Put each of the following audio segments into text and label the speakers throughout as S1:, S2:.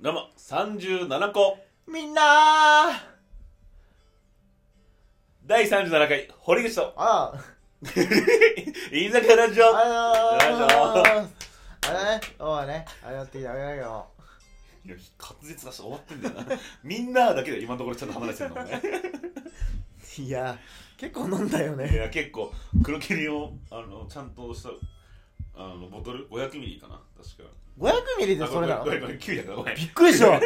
S1: どうも、37個
S2: みんなー
S1: 第37回、堀口 と、
S2: ああ
S1: 飯坂ラジオ
S2: ありがとうござい
S1: よ
S2: ますあれねお前ねあれやってきてあげないよ
S1: いや、滑舌がし終わってんだよな。みんなだけで今のところちゃんと話してるの ね。
S2: いや結構飲んだよ
S1: い
S2: ね
S1: や、結構、黒霧を、あの、ちゃんとした、あの、ボトル、500ミリかな確か。
S2: 500ミリでそれな
S1: あ
S2: の
S1: ごめん
S2: び
S1: ごめん、900だ、ごめん。
S2: っくりした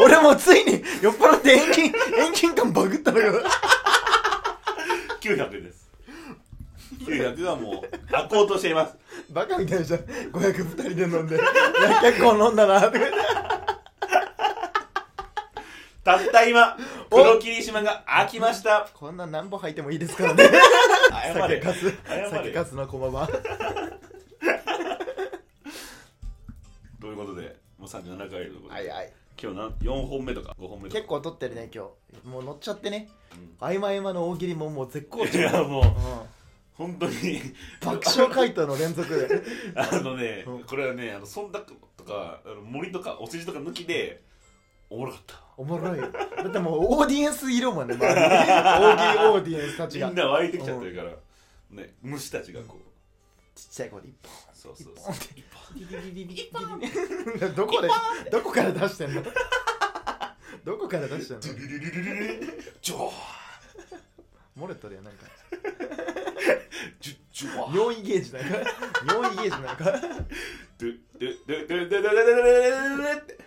S2: 俺もうついに酔っ払って遠近遠近感バグったのよ
S1: 900です。900がもう、開こうとしています。
S2: バカみたいじゃん502人で飲んでいや結構飲んだなって
S1: たった今、
S2: お
S1: 黒霧島が開きました。
S2: こんな何本吐いてもいいですからね
S1: 謝
S2: 酒
S1: れ。
S2: かす
S1: 謝
S2: 酒か
S1: れ。
S2: すのこまま
S1: ということで、もう37回ということで。
S2: はいはい
S1: 今日なん4本目とか5本目とか
S2: 結構撮ってるね今日もう乗っちゃってね
S1: うん
S2: 合間合間の大喜利ももう絶好調
S1: いやもう
S2: う
S1: 本当に
S2: ん爆笑回答の連続で
S1: あのね
S2: うん
S1: これはねあの忖度とかあの森とかお世辞とか抜きでおもろかった
S2: おもろいよだってもうオーディエンスいるもんね周りに大喜利オーディエンスたち
S1: み
S2: が
S1: んな湧いてきちゃってるから、ね虫たちがこう、
S2: ちっちゃい子で一本
S1: そうそうそ
S2: ポ
S1: う
S2: ンって
S1: 一本
S2: ビビビビビビ どこでどこから出してんのどこから出してんの
S1: ドゥルルルルルルジョー
S2: モレットだよなんか
S1: ジュジョー
S2: 尿意ゲージなんか尿意ゲージなんか
S1: ドゥドゥドゥドゥドゥドゥドゥドゥドゥドゥって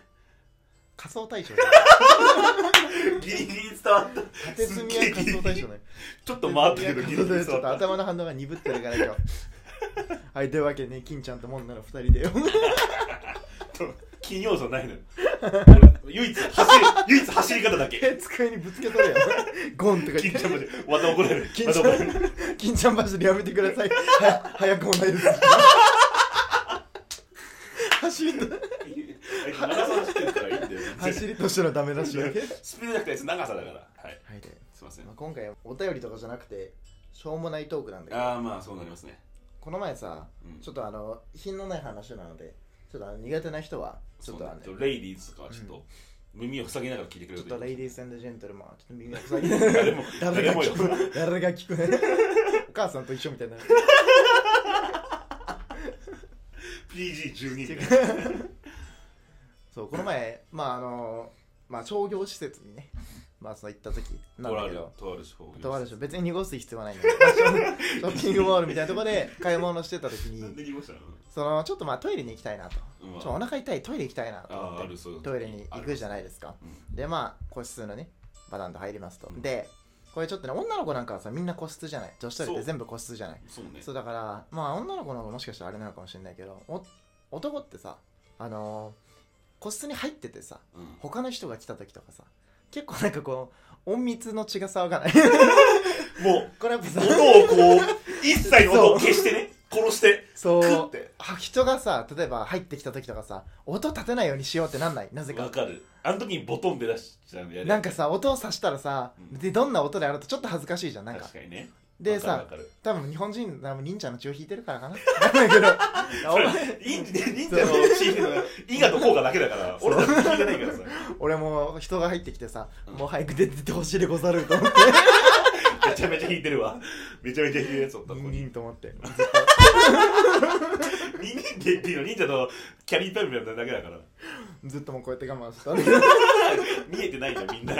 S2: 仮想対象じゃん
S1: ギリギリ伝わった
S2: 縦積みは仮想対象ね
S1: ちょっと回ったけどギリギリ伝
S2: ちょっと
S1: わった
S2: 頭の反応が鈍ってるから今日はいというわけでね金ちゃんとモンナの二 人で
S1: 金要素ないのよ俺唯一走り唯一走り方だけ
S2: 机にぶつけとるやんゴンとか
S1: 金
S2: 言って
S1: ちゃんまでまた怒られる
S2: 金
S1: また
S2: ちゃ
S1: 怒られる
S2: ん金ちゃん走りやめてくだ さいは早くもないです走りと
S1: 長さしてるからいいんだよ
S2: 走りとしてのダメだしはいで、
S1: スピードじゃなくて長さだからはいすいません
S2: まあ、今回はお便りとかじゃなくてしょうもないトークなんだけど
S1: ああまあそうなりますね
S2: この前さ
S1: うん
S2: ちょっとあの品のない話なのでちょっとあの苦手な人はちょっとあの、ね、
S1: そうねレイディーズとかはちょっと耳を塞ぎながら聞いてくれ
S2: ち
S1: る
S2: ょっとレイ
S1: ィ
S2: ディースジェントルマン、ちょっと耳が塞いで
S1: 誰も
S2: 誰が
S1: 誰
S2: 聞
S1: も
S2: く誰が聞く ね。お母さんと一緒みたいな。
S1: PG12
S2: そう、この前、まああの、まあ商業施設にね、まあその行った時なん
S1: と
S2: だ
S1: あ
S2: け
S1: る
S2: ど、
S1: とある手法
S2: とあるでしょ、別に濁す必要はないんだけど、 まあショッピングモールみたいなところで買い物してた時
S1: なん
S2: に、
S1: で言いましたの
S2: そのちょっとまあトイレに行きたいなと。
S1: うん
S2: ちょっとお腹痛い、トイレ行きたいなと
S1: ああ
S2: 思
S1: あ
S2: っ
S1: る
S2: て、
S1: そういう
S2: トイレに行くじゃないですか。
S1: うん
S2: で、まあ個室のね、バタンと入りますと。で、これちょっとね、女の子なんかはさ、みんな個室じゃない。女子トイレって全部個室じゃない。
S1: そうね
S2: そうだからまあ女の子の方がもしかしたらあれなのかもしれないけどお男ってさあのー個室に入っててさ
S1: うん
S2: 他の人が来た時とかさ結構なんかこう隠密の血が騒がない
S1: もう
S2: これやっぱさ
S1: 音をこう一切音を消してね殺して
S2: そ
S1: クッ
S2: う
S1: て
S2: あ人がさ例えば入ってきた時とかさ音立てないようにしようってなんないなぜ
S1: わ
S2: か
S1: かるあの時にボトン出だしちゃうのやだよ
S2: なんかさ音をさしたらさ、
S1: うん
S2: でどんな音であるとちょっと恥ずかしいじゃんなんか
S1: 確かにね
S2: でさ
S1: わかるわかる
S2: 多分日本人多分忍者の血を引いてるからかな な んだけど
S1: それ 忍者忍者のチームの伊賀と効果だけだから俺たち聞いてないからさ
S2: 俺も人が入ってきてさ、
S1: うん
S2: もう早く出てってほしいでござると思って
S1: めちゃめちゃ弾いてるわめちゃめちゃ弾いてるやつおったここ
S2: ニン
S1: に
S2: ニンと思って
S1: 忍忍って言っていいの忍者のキャリータイムみたいなだけだから
S2: ずっともうこうやって我慢したんだけどず
S1: 見えてないじゃんみんな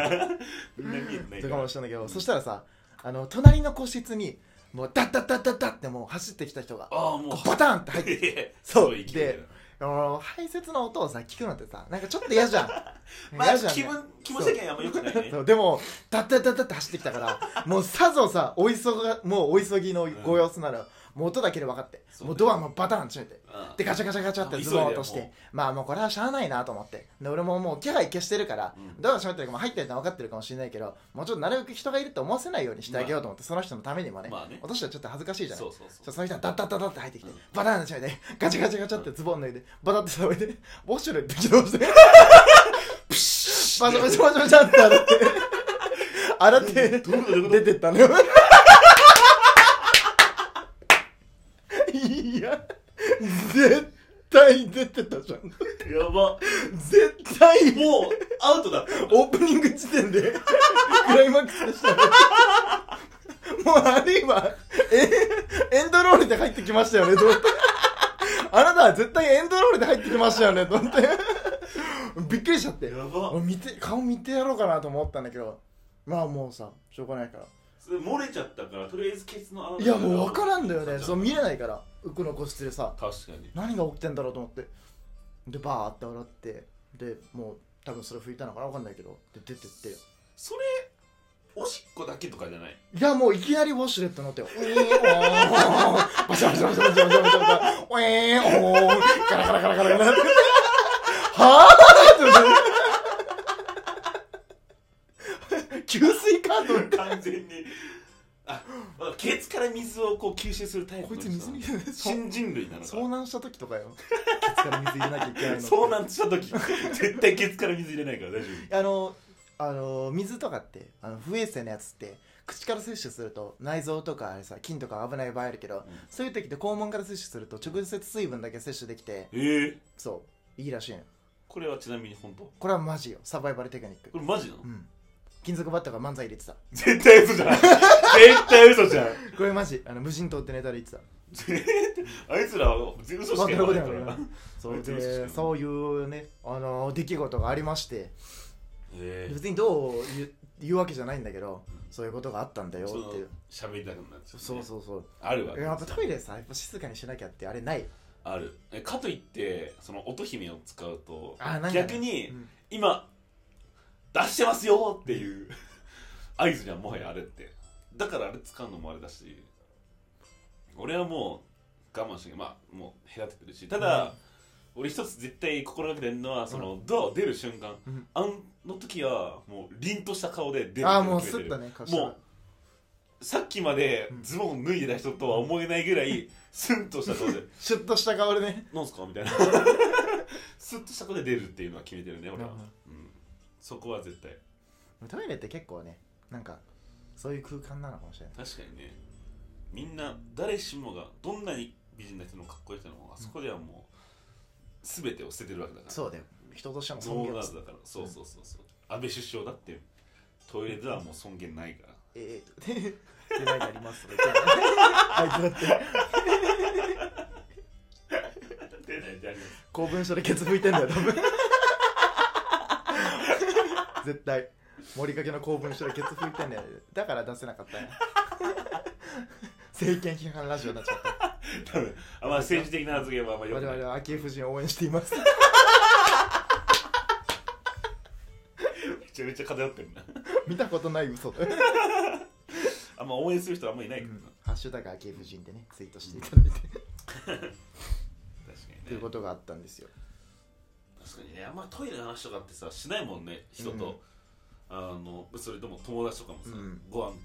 S1: みんな見えてない
S2: っと
S1: から
S2: 我慢したんだけどそしたらさあの隣の個室にもうダッダッダッダッダッってもう走ってきた人が
S1: ああも
S2: こ
S1: う
S2: うバタンって入って
S1: ッ
S2: そう
S1: 勢いで
S2: あの排泄の音をさ聞くのってさなんかちょっと嫌じゃん
S1: まあ
S2: 嫌じゃんね
S1: 気分気持ち的にはあんま良くないね
S2: そうでもダッダッダッダッって走ってきたからもうさぞさお急がもうお急ぎのご様子なら、もう音だけで分かって
S1: そうね
S2: もうドアもバタン閉めて
S1: あ
S2: でガチャガチャガチャってズボン落とし
S1: 急いで
S2: て
S1: も
S2: まあもうこれはしゃあないなと思ってで俺ももう気配消してるから、
S1: うん
S2: ドア閉まってるかも入ってるのは分かってるかもしれないけどもうちょっとなるべく人がいると思わせないようにしてあげようと思って、その人のためにもね,、
S1: まあね
S2: 落としたらちょっと恥ずかしいじゃない
S1: そうそう
S2: そ
S1: そう
S2: その人はダッダッダッダッって入ってきて、
S1: うん
S2: バタンって閉めてガチャガチャガチャってズボン脱いでバタッて倒れてウォッシュレット起動してバシャバシャバシャバシャって洗って洗って
S1: どういうことどういうこと
S2: 出てったのよいや絶対対出てたじゃん
S1: やば
S2: 絶対
S1: もうアウトだったよ
S2: オープニング時点で クライマックスでしたねもうあれ今えエンドロールで入ってきましたよねと思ってあなたは絶対エンドロールで入ってきましたよねと思ってびっくりしちゃって
S1: やば
S2: 俺見て顔見てやろうかなと思ったんだけどまあもうさしょうがないから
S1: それ漏れちゃったからとりあえずケツの穴
S2: いやもう分からんだよ
S1: そう
S2: ね
S1: だ
S2: そう見れないからこの個室でさ
S1: 確かに
S2: 何が起きてんだろうと思ってでバーって洗ってでもう多分それ拭いたのかな分かんないけどで出てって
S1: それおしっこだけとかじゃない
S2: いやもういきなりウォシュレットになってよ。ウィーンおーバシャバシャバシャバシャバシャバシャバシャ。ウィーンおーガラガラガラガラガラ。はぁって給水カー ド
S1: 完全にあケツから水をこう吸収するタイプ
S2: こい
S1: の
S2: つ
S1: 人
S2: 水に入れない
S1: 新人類なのか
S2: 遭難した時とかよ。ケツから水入れなきゃいけないのって。
S1: 遭難した時 絶対ケツから水入れないから大丈
S2: あの、あの、水とかって、あの不衛生なやつって、口から摂取すると内臓とかあれさ菌とか危ない場合あるけど、そういう時って肛門から摂取すると直接水分だけ摂取できて
S1: 夫ええ
S2: そういいらしいの
S1: これはちなみに本当
S2: これはマジよサバイバルテクニック
S1: これマジなの
S2: うん金属バットが漫才入れてた
S1: 絶対嘘じ ゃん絶対嘘じゃん
S2: これマジあの無人島ってネタで言ってた
S1: あいつらは嘘しか
S2: 全
S1: 言
S2: く
S1: わな
S2: こと
S1: い
S2: や
S1: か
S2: もん
S1: ら
S2: なそう
S1: 全然嘘しか言わな
S2: で
S1: い
S2: そういうねあの出来事がありまして
S1: ええ
S2: 別にどう言う言うわけじゃないんだけどそういうことがあったんだよ
S1: その
S2: っていう
S1: 喋りたくなっちゃうね
S2: そうそうそう
S1: あるわ
S2: やっぱトイレさやっぱ静かにしなきゃってあれない
S1: あるえかといってその乙姫を使うと
S2: あなんかね
S1: 逆に、
S2: うん
S1: 今出してますよっていう合図じゃんもはやあれってだからあれ使うのもあれだし俺はもう我慢してまあもう隔ててるしただ、俺一つ絶対心がけてるのはその、ドアを出る瞬間、
S2: うん
S1: あの時はもう凛とした顔で出る
S2: ああもう
S1: 決
S2: す
S1: め
S2: ってと
S1: る
S2: ね隠したら
S1: もうさっきまで
S2: うん
S1: ズボンを脱いでた人とは思えないぐらい、スンとした顔で
S2: シュッとした顔でね
S1: なんすかみ たいなスッとしたことで出るっていうのは決めてるね俺は、
S2: なるほ
S1: うん、そこは絶対
S2: トイレって結構ねなんかそういう空間なのかもしれない
S1: 確かにねみんな誰しもがどんなに美人な人のかっこいい人のあそこではもう全てを捨ててるわけだから
S2: そうだよ人としての尊
S1: ノー
S2: 厳
S1: ガ
S2: を
S1: ードだからそうそうそうそう安倍首相だってトイレではもう尊厳ないから
S2: ええー、ってないでありますとか言ってあいつだって
S1: 出ないじゃん
S2: 公文書でケツ拭いてんだよ多分絶対盛りかけの公文書でケツ拭いてんだよだから出せなかった ね政権批判ラジオになっちゃ った
S1: 多分あまあ政治的な発言はあんまりよ
S2: 我
S1: くない
S2: 々は昭恵夫人を応援しています
S1: めちゃめちゃ偏ってるな
S2: 見たことない嘘
S1: あんま応援する人はあんまりいないけどな、
S2: ハッシュタグ昭恵夫人でねツイートしていただいて
S1: 確
S2: と
S1: か
S2: い
S1: に
S2: う
S1: ね
S2: ことがあったんですよ
S1: 確かにねあんまトイレの話とかってさしないもんね人
S2: うん
S1: と、あのそれとも友達とかもさ、
S2: うん
S1: ご飯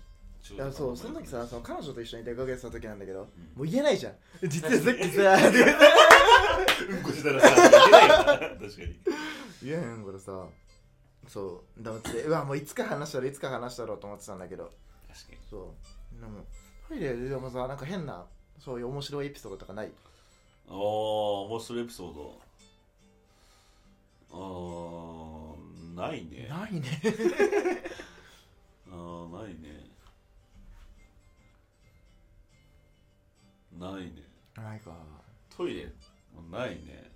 S1: 中
S2: い
S1: とか
S2: や
S1: も
S2: そうその時さその彼女と一緒に出かけてた時なんだけ
S1: う
S2: ど、
S1: ん
S2: もう言えないじゃん 実はさっき さ
S1: うんこしたらさいけないよな確かに
S2: いやいやこれさそう黙ってうわもういつか話したろいつか話したろうと思ってたんだけど
S1: 確か
S2: そうでもトイレでもさなんか変なそういう面白いエピソードとかない
S1: におお面白いエピソードあーないねあ
S2: ないね
S1: ーないねないね
S2: ないか
S1: トイレもないね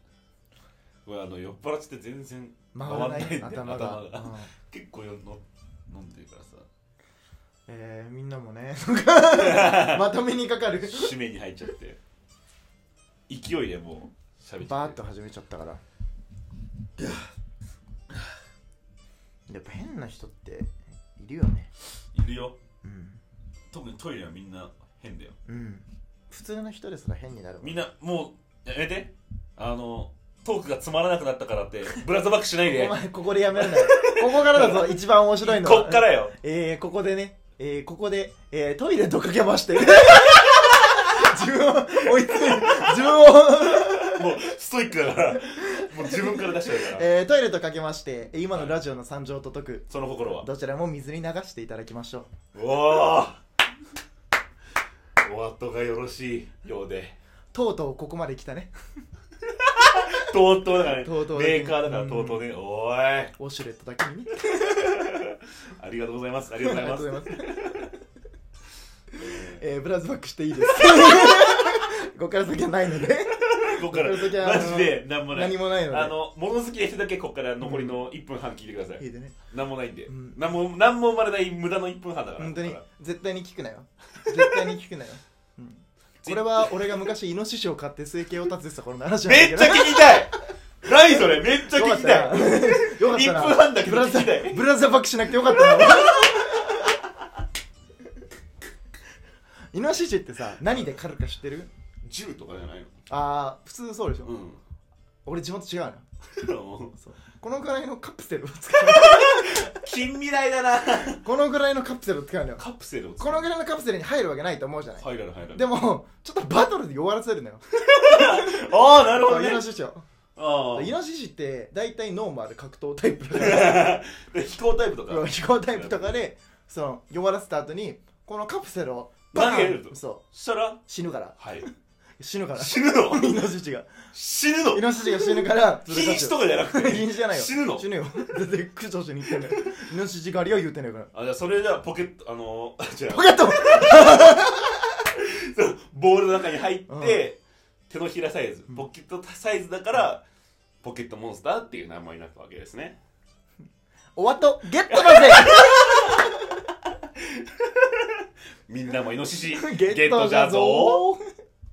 S1: これあの酔っ払って全然
S2: 回らない
S1: 回んだよ
S2: 頭がうん
S1: 結構よの飲んでるからさ
S2: えー、みんなも ねまとめにかかる
S1: 締めに入っちゃって勢いでもう喋っちゃ
S2: バ
S1: っ
S2: ーッ
S1: て
S2: と始めちゃったからやっぱ変な人っているよね
S1: いるよ
S2: うん
S1: 特にトイレはみんな変だよ
S2: うん普通の人ですら変になるもん
S1: みんなもうやめてあのトークがつまらなくなったからってブラザーバックしないで
S2: お前ここでやめる なよここからだぞ一番面白いのは
S1: こっからよ
S2: えー、ここでねえー、ここで、えー、トイレとかけまして自分を追い詰める自分を、
S1: もうストイックだからもう自分から出しちゃうから
S2: えー、トイレとかけまして今のラジオの惨状と解く
S1: その心は
S2: どちらも水に流していただきましょう
S1: おおお後がよろしいようで
S2: とうとうここまで来たね
S1: とうとうだからねメ
S2: TOTO だけ
S1: ーカーだからとうとうねおーい
S2: ウォシュレットだけにね
S1: ありがとうございますありがとうございます
S2: ありがとうございますえーブラウスバックしてい いですここから先はないので
S1: ここから
S2: ここから先は
S1: マジで何もない
S2: 何もないので
S1: あの物好きな人だけここから残りの1分半聞いてください、
S2: いいでね
S1: なんもないんで、
S2: うん
S1: なんもなんも生まれない無駄の1分半だから
S2: 本当に
S1: だから
S2: 絶対に聞くなよ絶対に聞くなよ、 うん、これは俺が昔イノシシを飼って生計を立ててた頃の話なんだ
S1: め
S2: け
S1: っ
S2: ど
S1: ちゃ聞きたい何それめっちゃ聞きたい
S2: いよかったな
S1: 一分半だけど
S2: ブラザ
S1: 聞きたい
S2: ーブラザーバックしなくてよかったなイノシシってさ何で狩るか知ってる
S1: 銃とかじゃないの
S2: あー普通そうでしょ、
S1: うん
S2: 俺地元違うのよそうこのぐらいのカプセルを使
S1: 近未来だな
S2: うこのぐらいのカプセルを使うのよ
S1: カプセルを
S2: このぐらいのカプセルに入るわけないと思うじゃない、
S1: 入らない入らない
S2: でもちょっとバトルで弱らせるのよ
S1: ああなるほど
S2: そう
S1: ね
S2: イノシシを
S1: あ
S2: イ
S1: あ
S2: ノシシって大体ノーマル格闘タイプだから
S1: で飛行タイプとか
S2: 飛行タイプとかでその弱らせた後にこのカプセルを
S1: 投げると
S2: そう
S1: したら
S2: 死ぬから
S1: はい
S2: 死ぬから
S1: 死ぬの
S2: イノシシが
S1: 死ぬの
S2: イノシシが死 ぬから
S1: 禁止とかじゃな くて
S2: 禁止じゃないよ
S1: 死ぬの
S2: 死ぬよだって駆除しに行ってんだよイノシシ狩りは言うてんのよから
S1: あじゃあそれじゃあポケットあのーじゃ
S2: ポケット
S1: あボールの中に入って、手のひらサイズポケットサイズだからポケットモンスターっていう名前になったわけですね
S2: おわとゲットだぜ
S1: みんなもイノシシ
S2: ゲットじゃぞ
S1: ゲットじゃぞ